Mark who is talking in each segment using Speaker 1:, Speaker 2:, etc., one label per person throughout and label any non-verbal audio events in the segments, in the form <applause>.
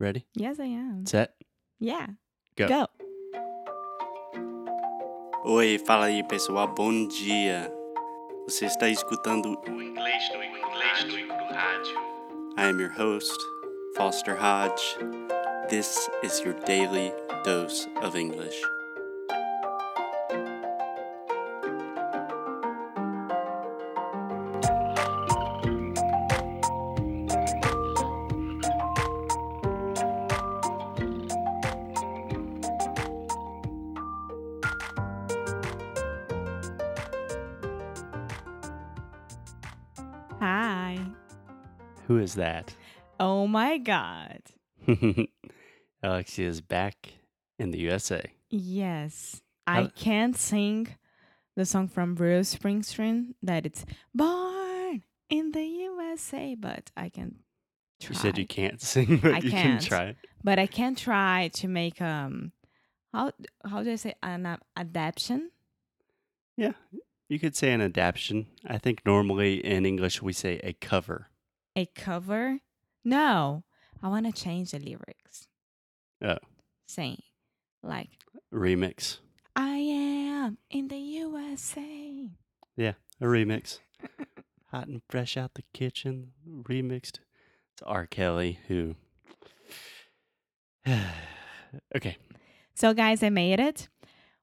Speaker 1: Ready?
Speaker 2: Yes, I am.
Speaker 1: Set?
Speaker 2: Yeah.
Speaker 1: Go.
Speaker 2: Go.
Speaker 1: Oi, fala aí pessoal, bom dia. Você está escutando
Speaker 3: O inglês do, o inglês do, do rádio.
Speaker 1: I am your host, Foster Hodge. This is your daily dose of English.
Speaker 2: Hi.
Speaker 1: Who is that? <laughs>
Speaker 2: Oh my God.
Speaker 1: Alexia is back in the USA.
Speaker 2: Yes. I
Speaker 1: How-
Speaker 2: can't sing the song from Bruce Springsteen that it's born in the USA, but I can try.
Speaker 1: You said you can't sing, but
Speaker 2: I
Speaker 1: you can
Speaker 2: can't.
Speaker 1: try.
Speaker 2: But I can try to make um how how do I say an uh, adaptation?
Speaker 1: You could say an adaptation. I think normally in English we say a cover.
Speaker 2: A cover? No. I wanna change the lyrics.
Speaker 1: Oh.
Speaker 2: Saying like
Speaker 1: Remix.
Speaker 2: I am in the USA.
Speaker 1: A remix. <laughs> Hot and fresh out the kitchen, remixed. It's R. Kelly, who. <sighs> okay.
Speaker 2: So, guys, I made it.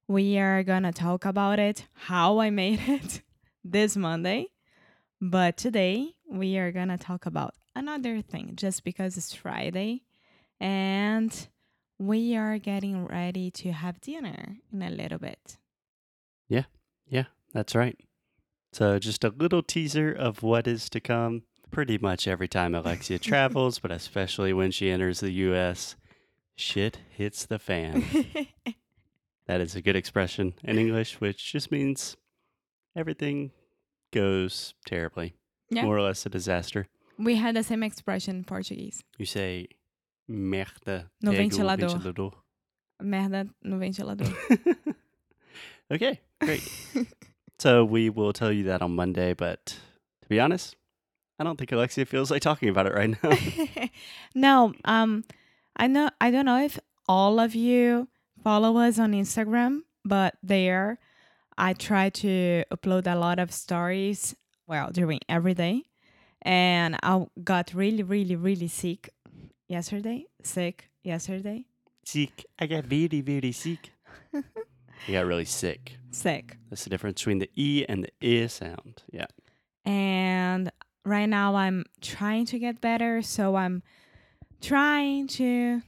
Speaker 2: We are going to talk about it, how I made <laughs> it this Monday. But today, we are going to talk about another thing just because it's Friday and we are getting ready to have dinner in a little bit.
Speaker 1: That's right. So, just a little teaser of what is to come. Pretty much every time <laughs> Alexia travels, but especially when she enters the US, shit hits the <laughs> fan. That is a good expression in English, which just means everything goes terribly.
Speaker 2: Yeah.
Speaker 1: More or less a disaster.
Speaker 2: <laughs> we had the same expression in Portuguese.
Speaker 1: You say merda
Speaker 2: No
Speaker 1: pega o
Speaker 2: ventilador. Merda no ventilador.
Speaker 1: ventilador. <laughs> okay, great.
Speaker 2: <laughs>
Speaker 1: so we will tell you that on Monday, but to be honest, I don't think Alexia feels like talking about it right <laughs> now.
Speaker 2: <laughs> no, um, I know I don't know if all of you follow us on Instagram, but there I try to upload a lot of stories. Well, during every day, and I got really, really, really sick yesterday. Sick yesterday.
Speaker 1: sick. I got very, very sick. <laughs> you got really sick.
Speaker 2: Sick.
Speaker 1: That's the difference between the E and the I sound. Yeah.
Speaker 2: and right now I'm trying to get better, so I'm trying to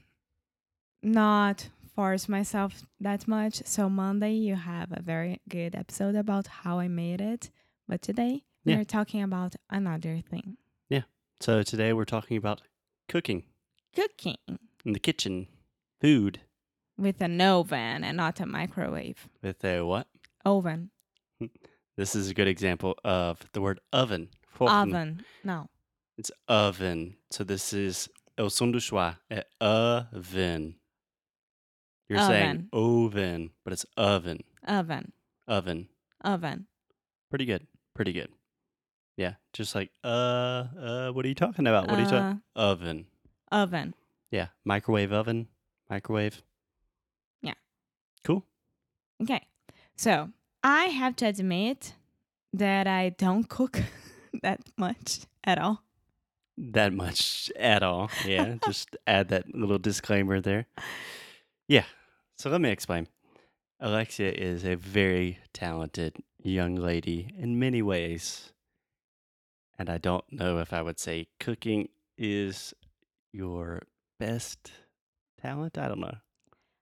Speaker 2: not force myself that much. So Monday you have a very good episode about how I made it, but today
Speaker 1: Yeah.
Speaker 2: we're talking about another thing.
Speaker 1: So today we're talking about cooking
Speaker 2: Cooking
Speaker 1: in the kitchen, food
Speaker 2: with an oven and not a microwave.
Speaker 1: with a what?
Speaker 2: Oven.
Speaker 1: This is a good example of the word oven.
Speaker 2: Oven. No.
Speaker 1: It's oven. So this is el son du choix, a oven. You're saying oven, but it's oven.
Speaker 2: Oven.
Speaker 1: Oven.
Speaker 2: Oven.
Speaker 1: Pretty good. Pretty good. Yeah. Just like, uh, uh, what are you talking about? What are you talking
Speaker 2: Uh,
Speaker 1: Oven.
Speaker 2: Oven.
Speaker 1: Yeah. Microwave oven. Microwave.
Speaker 2: Yeah.
Speaker 1: Cool.
Speaker 2: Okay. So I have to admit that I don't <laughs> cook that much at all.
Speaker 1: That much <laughs> at all. Yeah. just add that little disclaimer there. Yeah. So let me explain. Alexia is a very talented young lady in many ways. And I don't know if I would say cooking is your best talent. I don't know.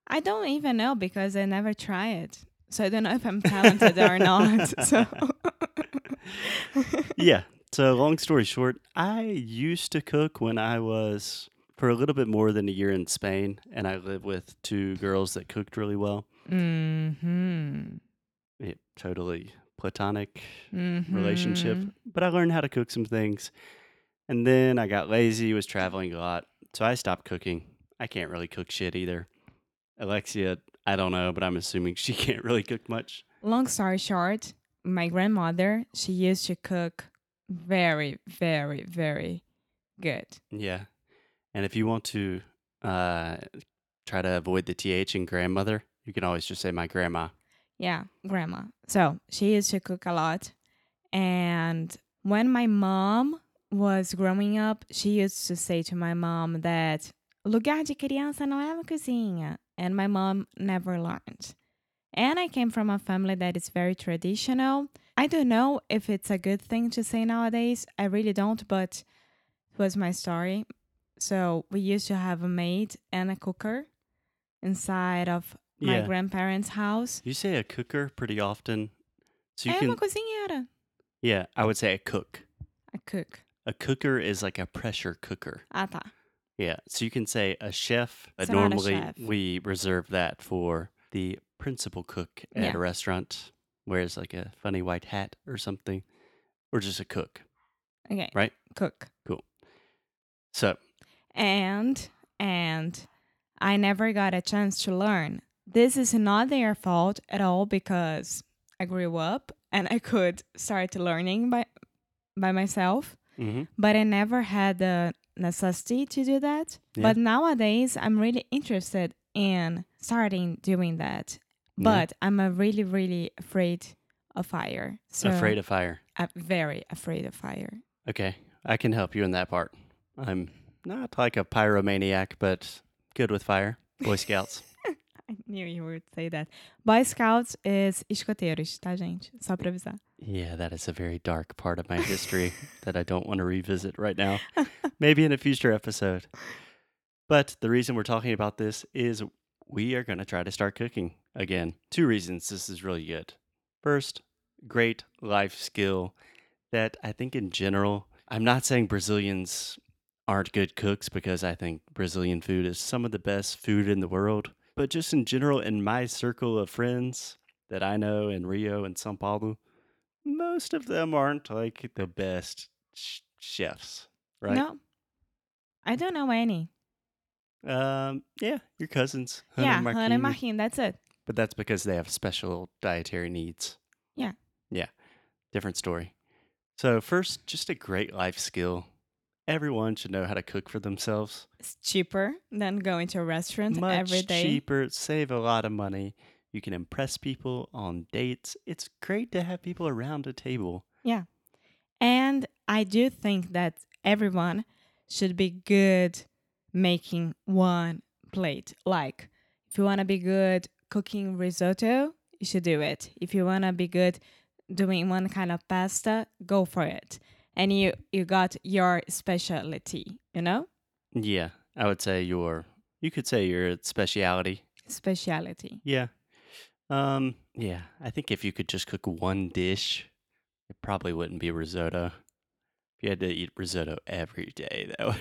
Speaker 2: I don't even know because I never try it. So I don't know if I'm talented or not. So
Speaker 1: yeah. So, long story short, I used to cook when I was for a little bit more than a year in Spain, and I lived with two girls that cooked really well.
Speaker 2: Mhm.
Speaker 1: It totally platonic
Speaker 2: Mhm.
Speaker 1: relationship, but I learned how to cook some things. And then I got lazy, was traveling a lot, so I stopped cooking. I can't really cook shit either. Alexia, I don't know, but I'm assuming she <laughs> can't really cook much.
Speaker 2: Long story short, my grandmother, she used to cook very, very, very good.
Speaker 1: Yeah. And if you want to uh, try to avoid the th in grandmother. You can always just say my grandma.
Speaker 2: Yeah, grandma. So she used to cook a lot. And when my mom was growing up, she used to say to my mom that lugar de criança não é uma cozinha. And my mom never learned. And I came from a family that is very traditional. I don't know if it's a good thing to say nowadays. I really don't, but it was my story. So we used to have a maid and a cooker inside of my
Speaker 1: Yeah.
Speaker 2: grandparents' house.
Speaker 1: You say a cooker pretty often. So you
Speaker 2: é uma
Speaker 1: can
Speaker 2: cozinheira.
Speaker 1: Yeah, I would say a cook.
Speaker 2: A cook.
Speaker 1: A cooker is like a pressure cooker.
Speaker 2: Ah, tá.
Speaker 1: Yeah. So you can say a chef, but
Speaker 2: It's not a
Speaker 1: normally
Speaker 2: chef.
Speaker 1: we reserve that for the principal cook at
Speaker 2: Yeah.
Speaker 1: a restaurant, wears like a funny white hat or something, or just a cook.
Speaker 2: Okay.
Speaker 1: Right.
Speaker 2: Cook.
Speaker 1: So
Speaker 2: And and I never got a chance to learn. This is not their fault at all because I grew up and I could start learning by by myself,
Speaker 1: mhm.
Speaker 2: but I never had the necessity to do that.
Speaker 1: Yeah.
Speaker 2: But nowadays I'm really interested in starting doing that.
Speaker 1: Yeah.
Speaker 2: But I'm a really really afraid of fire. So
Speaker 1: afraid of fire.
Speaker 2: I'm very afraid of fire.
Speaker 1: Okay. I can help you in that part. I'm not like a pyromaniac, but good with fire.
Speaker 2: <laughs>
Speaker 1: Boy Scouts.
Speaker 2: I knew you would say that. Boy Scouts is escoteiros, tá, gente? Só pra avisar.
Speaker 1: Yeah, that is a very dark part of my history that I don't want to revisit right now. <laughs> Maybe in a future episode. But the reason we're talking about this is we are going to try to start cooking again. Two reasons this is really good. First, great life skill that I think in general, I'm not saying Brazilians aren't good cooks because I think Brazilian food is some of the best food in the world. But just in general, in my circle of friends that I know in Rio and Sao Paulo, most of them aren't like the best sh- chefs, right?
Speaker 2: No. I don't know any.
Speaker 1: Um, yeah, your cousins. Hannah
Speaker 2: yeah,
Speaker 1: and
Speaker 2: Hannah and
Speaker 1: Marquinhos.
Speaker 2: Marquinhos, that's it.
Speaker 1: But that's because they have special dietary needs.
Speaker 2: Yeah.
Speaker 1: Yeah. Different story. So, first, just a great life skill. Everyone should know how to cook for themselves.
Speaker 2: It's cheaper than going to a restaurant
Speaker 1: Much
Speaker 2: every day.
Speaker 1: cheaper, save a lot of money. You can impress people on dates. It's great to have people around a table.
Speaker 2: And I do think that everyone should be good making one plate. Like, if you want to be good cooking risotto, you should do it. If you want to be good doing one kind of pasta, go for it. And you you got your specialty, you know?
Speaker 1: Yeah, I would say your, you could say your speciality. <laughs>
Speaker 2: Speciality.
Speaker 1: Yeah. Um, yeah. I think if you could just cook one dish, it probably wouldn't be risotto. If you had to eat risotto every day, though.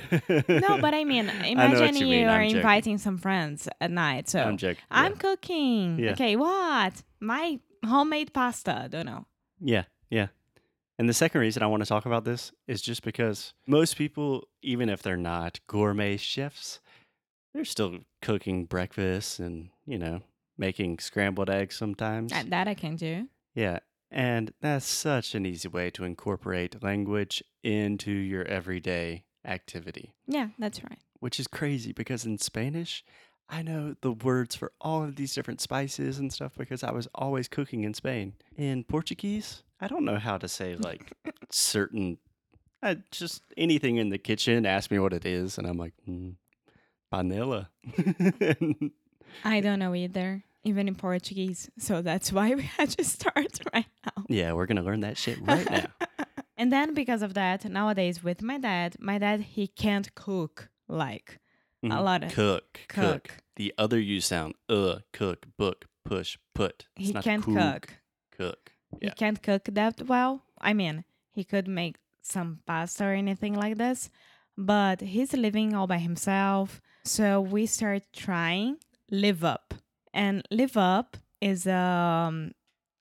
Speaker 2: No, but I
Speaker 1: <laughs>
Speaker 2: mean,
Speaker 1: know what
Speaker 2: imagine
Speaker 1: you
Speaker 2: you,
Speaker 1: mean,
Speaker 2: are
Speaker 1: I'm joking.
Speaker 2: inviting some friends at night. So
Speaker 1: I'm joking.
Speaker 2: I'm cooking.
Speaker 1: Yeah.
Speaker 2: Okay, what? My homemade pasta. Don't know.
Speaker 1: yeah. yeah, yeah. And the second reason I want to talk about this is just because most people, even if they're not gourmet chefs, they're still cooking breakfast and, you know, making scrambled eggs sometimes.
Speaker 2: Uh, That I can do.
Speaker 1: Yeah. And that's such an easy way to incorporate language into your everyday activity,
Speaker 2: Yeah, that's right.
Speaker 1: which is crazy because in Spanish, I know the words for all of these different spices and stuff because I was always cooking in Spain. In Portuguese, I don't know how to say like certain, I just anything in the kitchen, ask me what it is, and I'm like, mm, panela. <laughs>
Speaker 2: I don't know either, even in Portuguese. So that's why we <laughs> had to start right now.
Speaker 1: yeah, we're going to learn that shit right now.
Speaker 2: And then because of that, nowadays with my dad, my dad he can't cook like a
Speaker 1: Mhm.
Speaker 2: lot of
Speaker 1: cook, cook,
Speaker 2: Cook.
Speaker 1: The other U sound, uh, cook, book, push, put. It's
Speaker 2: he
Speaker 1: not
Speaker 2: can't
Speaker 1: cook,
Speaker 2: cook.
Speaker 1: Cook.
Speaker 2: He
Speaker 1: Yeah.
Speaker 2: can't cook that well. I mean, he could make some pasta or anything like this, but he's living all by himself. So we start trying Live Up. And Live Up is um,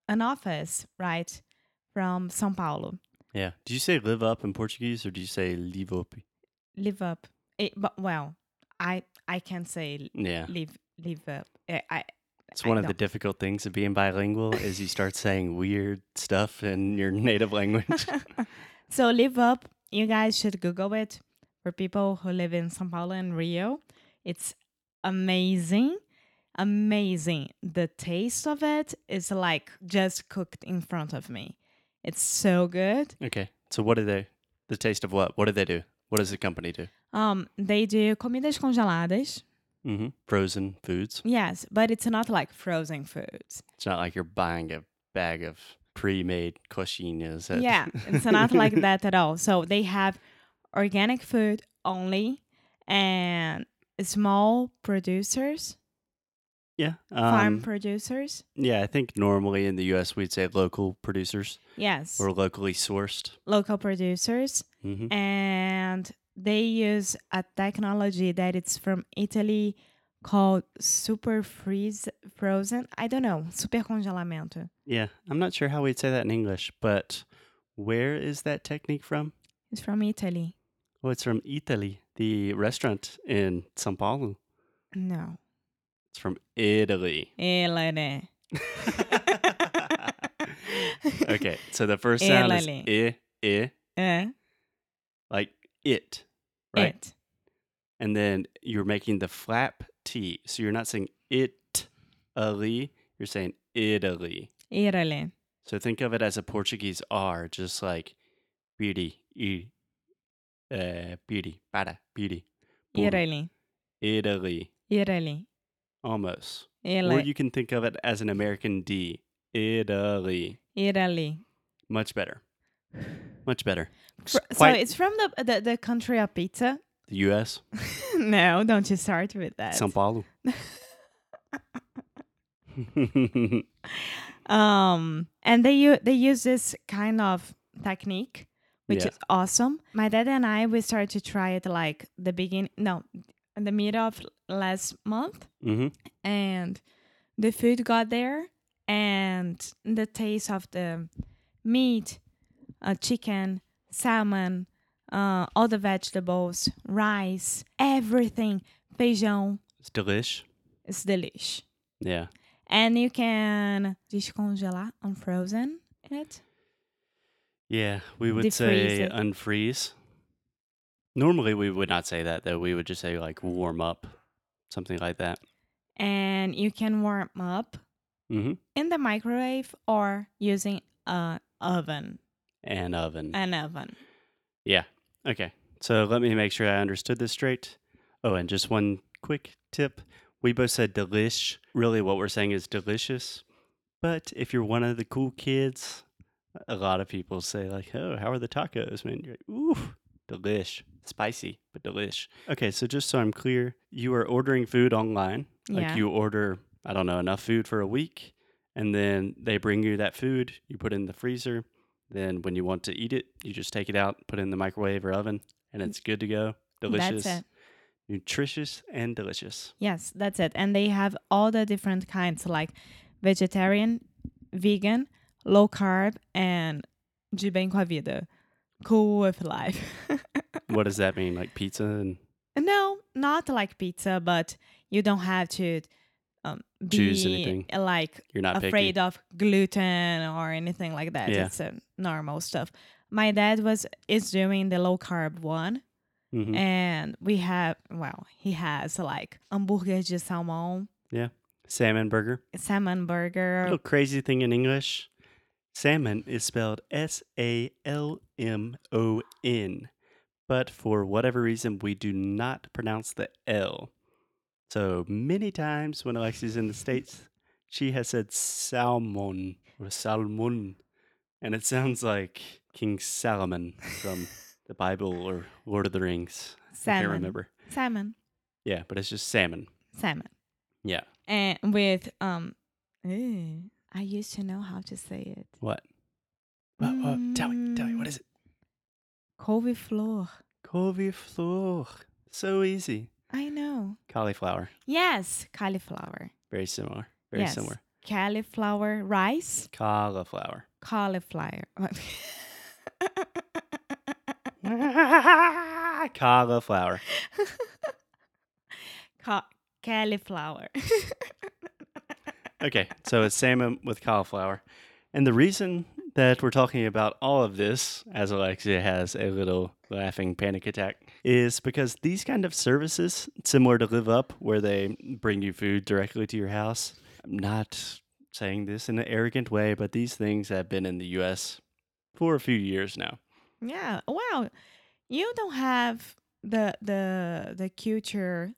Speaker 2: an office, right? From Sao Paulo.
Speaker 1: Yeah. Do you say live up in Portuguese or do you say live up?
Speaker 2: Live Up. It, but, well, I I can't say
Speaker 1: Yeah.
Speaker 2: live live up. I, I
Speaker 1: It's
Speaker 2: I
Speaker 1: one of the
Speaker 2: don't-
Speaker 1: difficult things of being bilingual is you start saying weird stuff in your native
Speaker 2: <laughs>
Speaker 1: language.
Speaker 2: so live up. You guys should Google it for people who live in São Paulo and Rio. It's amazing. Amazing. The taste of it is like just cooked in front of me. It's so good.
Speaker 1: Okay. So what do they? The taste of what? What do they do? What does the company do?
Speaker 2: Um, they do comidas congeladas.
Speaker 1: Mm-hmm. Frozen foods.
Speaker 2: Yes, but it's not like frozen foods.
Speaker 1: It's not like you're buying a bag of pre-made coxinhas. at-
Speaker 2: Yeah, it's not like that at all. So they have organic food only and small producers,
Speaker 1: Yeah.
Speaker 2: farm
Speaker 1: um,
Speaker 2: producers.
Speaker 1: yeah. I think normally in the U.S. we'd say local producers
Speaker 2: Yes,
Speaker 1: or locally sourced.
Speaker 2: local producers.
Speaker 1: Mm-hmm.
Speaker 2: And they use a technology that it's from Italy called super freeze frozen. I don't know, super congelamento.
Speaker 1: Yeah. I'm not sure how we'd say that in English, but where is that technique from?
Speaker 2: It's from Italy.
Speaker 1: Oh, it's from Italy. The restaurant in São Paulo.
Speaker 2: No.
Speaker 1: It's from Italy. <laughs>
Speaker 2: Elene.
Speaker 1: okay, so the first sound is
Speaker 2: Italy.
Speaker 1: i, i,
Speaker 2: <laughs> Eh,
Speaker 1: like it, right?
Speaker 2: It.
Speaker 1: And then you're making the flap t, so you're not saying it, ali, you're saying Italy.
Speaker 2: Italy.
Speaker 1: So think of it as a Portuguese r, just like beauty, e, uh, beauty, para, beauty, boom,
Speaker 2: Italy.
Speaker 1: Italy,
Speaker 2: Italy.
Speaker 1: almost. Or
Speaker 2: Italy.
Speaker 1: you can think of it as an American d, Italy,
Speaker 2: Italy.
Speaker 1: much better, much better. It's
Speaker 2: Fr- so
Speaker 1: quite-
Speaker 2: it's from the, the the country of pizza. <laughs>
Speaker 1: the U.S.
Speaker 2: no, don't you start with that.
Speaker 1: São
Speaker 2: <laughs>
Speaker 1: Paulo. <laughs>
Speaker 2: Um, and they u- they use this kind of technique, which
Speaker 1: Yeah.
Speaker 2: is awesome. My dad and I we started to try it like the beginning, no, in the middle of last month,
Speaker 1: hmm
Speaker 2: and the food got there, and the taste of the meat, uh, chicken, salmon, uh, all the vegetables, rice, everything, feijão
Speaker 1: It's delish.
Speaker 2: is delish.
Speaker 1: Yeah.
Speaker 2: And you can descongelar, unfrozen it.
Speaker 1: Yeah. We would
Speaker 2: Defreeze
Speaker 1: say
Speaker 2: it.
Speaker 1: unfreeze. Normally, we would not say that, though. We would just say, like, warm up, something like that.
Speaker 2: And you can warm up
Speaker 1: hmm
Speaker 2: in the microwave or using an oven.
Speaker 1: And oven.
Speaker 2: An oven.
Speaker 1: yeah. Okay. So let me make sure I understood this straight. Oh, and just one quick tip. We both said delish. Really, what we're saying is delicious. But if you're one of the cool kids, a lot of people say, like, oh, how are the tacos, man? You're like, ooh, delish. Spicy, but delish. Okay, so just so I'm clear, you are ordering food online.
Speaker 2: Yeah.
Speaker 1: Like you order, I don't know, enough food for a week, and then they bring you that food, you put it in the freezer. Then when you want to eat it, you just take it out, put it in the microwave or oven, and it's good to go. Delicious.
Speaker 2: That's it.
Speaker 1: Nutritious and delicious.
Speaker 2: Yes, that's it. And they have all the different kinds like vegetarian, vegan, low carb, and de bem com a vida. Cool with life. <laughs>
Speaker 1: what does that mean? Like pizza and
Speaker 2: No, not like pizza, but you don't have to um, be
Speaker 1: Choose anything.
Speaker 2: like
Speaker 1: you're not
Speaker 2: afraid
Speaker 1: picky.
Speaker 2: of gluten or anything like that.
Speaker 1: Yeah.
Speaker 2: It's uh, normal stuff. My dad was is doing the low carb one,
Speaker 1: Mhm.
Speaker 2: and we have well, he has like hamburger de salmon,
Speaker 1: Salmon burger.
Speaker 2: salmon burger.
Speaker 1: Little crazy thing in English. Salmon is spelled S A L M O N, but for whatever reason, we do not pronounce the L. So many times when Alexi's in the States, she has said salmon or salmon, and it sounds like King Solomon from the Bible or Lord of the Rings. I can't
Speaker 2: Salmon.
Speaker 1: remember.
Speaker 2: Salmon,
Speaker 1: Yeah, but it's just salmon.
Speaker 2: salmon,
Speaker 1: Yeah.
Speaker 2: and with um, eh, I used to know how to say it.
Speaker 1: What? What- what? Tell me, tell me, what
Speaker 2: Mm.
Speaker 1: is it?
Speaker 2: Cauliflower.
Speaker 1: Cauliflower. So easy.
Speaker 2: I know.
Speaker 1: Cauliflower.
Speaker 2: Yes, cauliflower.
Speaker 1: Very similar. Very
Speaker 2: yes.
Speaker 1: similar.
Speaker 2: Cauliflower rice,
Speaker 1: Cauliflower.
Speaker 2: cauliflower. <laughs>
Speaker 1: Cauliflower.
Speaker 2: Ca- cauliflower. <laughs>
Speaker 1: Okay, so it's salmon with cauliflower. And the reason that we're talking about all of this, as Alexia has a little laughing panic attack, is because these kind of services, similar to Live Up, where they bring you food directly to your house, I'm not saying this in an arrogant way, but these things have been in the US for a few years now.
Speaker 2: Yeah. Wow. You don't have the the the culture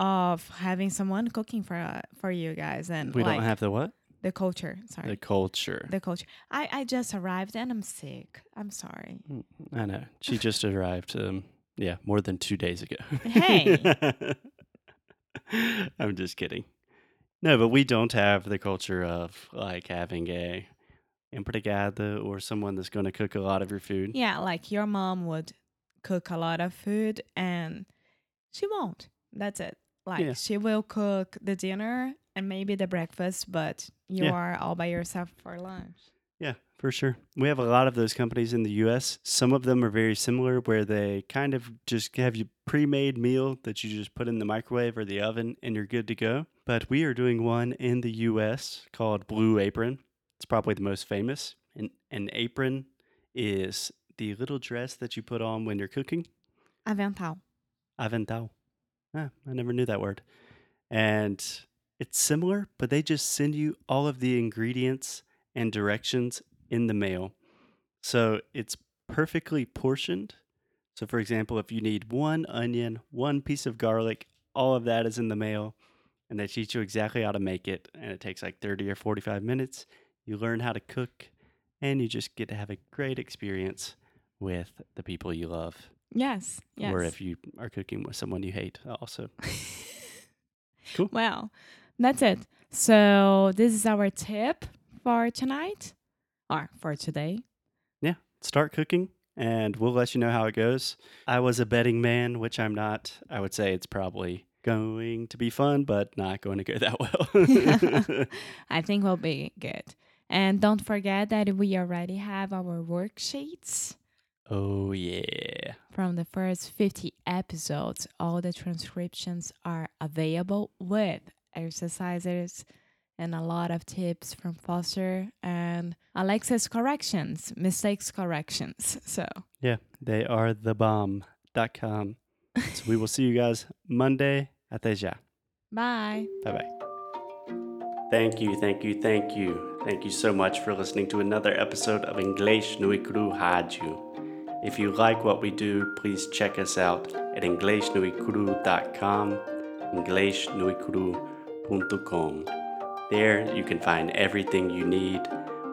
Speaker 2: of having someone cooking for for you guys and
Speaker 1: We
Speaker 2: like
Speaker 1: don't have the what?
Speaker 2: the culture.
Speaker 1: The
Speaker 2: Sorry.
Speaker 1: culture.
Speaker 2: The, culture. I I just arrived and I'm sick. I'm sorry.
Speaker 1: I know. She just arrived, um, yeah, more than two days ago.
Speaker 2: Hey.
Speaker 1: <laughs> I'm just kidding. No, but we don't have the culture of like having a empregada or someone that's going to cook a lot of your food.
Speaker 2: Yeah, like your mom would cook a lot of food and she won't. That's it. Like
Speaker 1: Yeah.
Speaker 2: she will cook the dinner and maybe the breakfast, but you
Speaker 1: Yeah.
Speaker 2: are all by yourself for lunch.
Speaker 1: Yeah, for sure. We have a lot of those companies in the US. Some of them are very similar where they kind of just have you pre-made meal that you just put in the microwave or the oven and you're good to go. But we are doing one in the US called Blue Apron. It's probably the most famous. And an apron is the little dress that you put on when you're cooking.
Speaker 2: Avental.
Speaker 1: Avental. Ah, I never knew that word. And it's similar, but they just send you all of the ingredients and directions in the mail. So it's perfectly portioned. So, for example, if you need one onion, one piece of garlic, all of that is in the mail. And they teach you exactly how to make it. And it takes like 30 or 45 minutes. You learn how to cook, and you just get to have a great experience with the people you love
Speaker 2: Yes. Yes.
Speaker 1: or
Speaker 2: <laughs>
Speaker 1: if you are cooking with someone you hate also cool
Speaker 2: Well, that's it. So this is our tip for tonight or for today.
Speaker 1: yeah start cooking and we'll let you know how it goes i was a betting man which i'm not i would say it's probably going to be fun but not going to go <laughs> that well <laughs>
Speaker 2: I think we'll be good. And don't forget that we already have our worksheets.
Speaker 1: oh yeah
Speaker 2: from the first 50 episodes, all the transcriptions are available with exercises and a lot of tips from Foster and Alexa's corrections, mistakes corrections. So,
Speaker 1: yeah they are the <laughs> bomb.com so we will see you guys monday at Deja.
Speaker 2: bye.
Speaker 1: Bye bye. Thank you, thank you, thank you. Thank you so much for listening to another episode of English Nui Kuru Haju. If you like what we do, please check us out at EnglishNuiKuru.com, EnglishNuiKuru.com. There you can find everything you need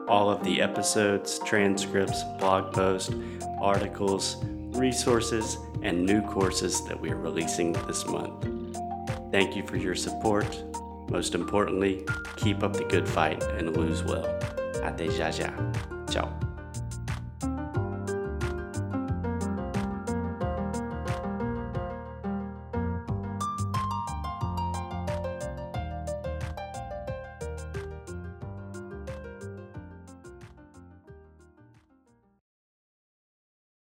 Speaker 1: all of the episodes, transcripts, blog posts, articles, resources, and new courses that we are releasing this month. Thank you for your support. Most importantly, keep up the good fight and lose well. Ate Jaja. Ciao.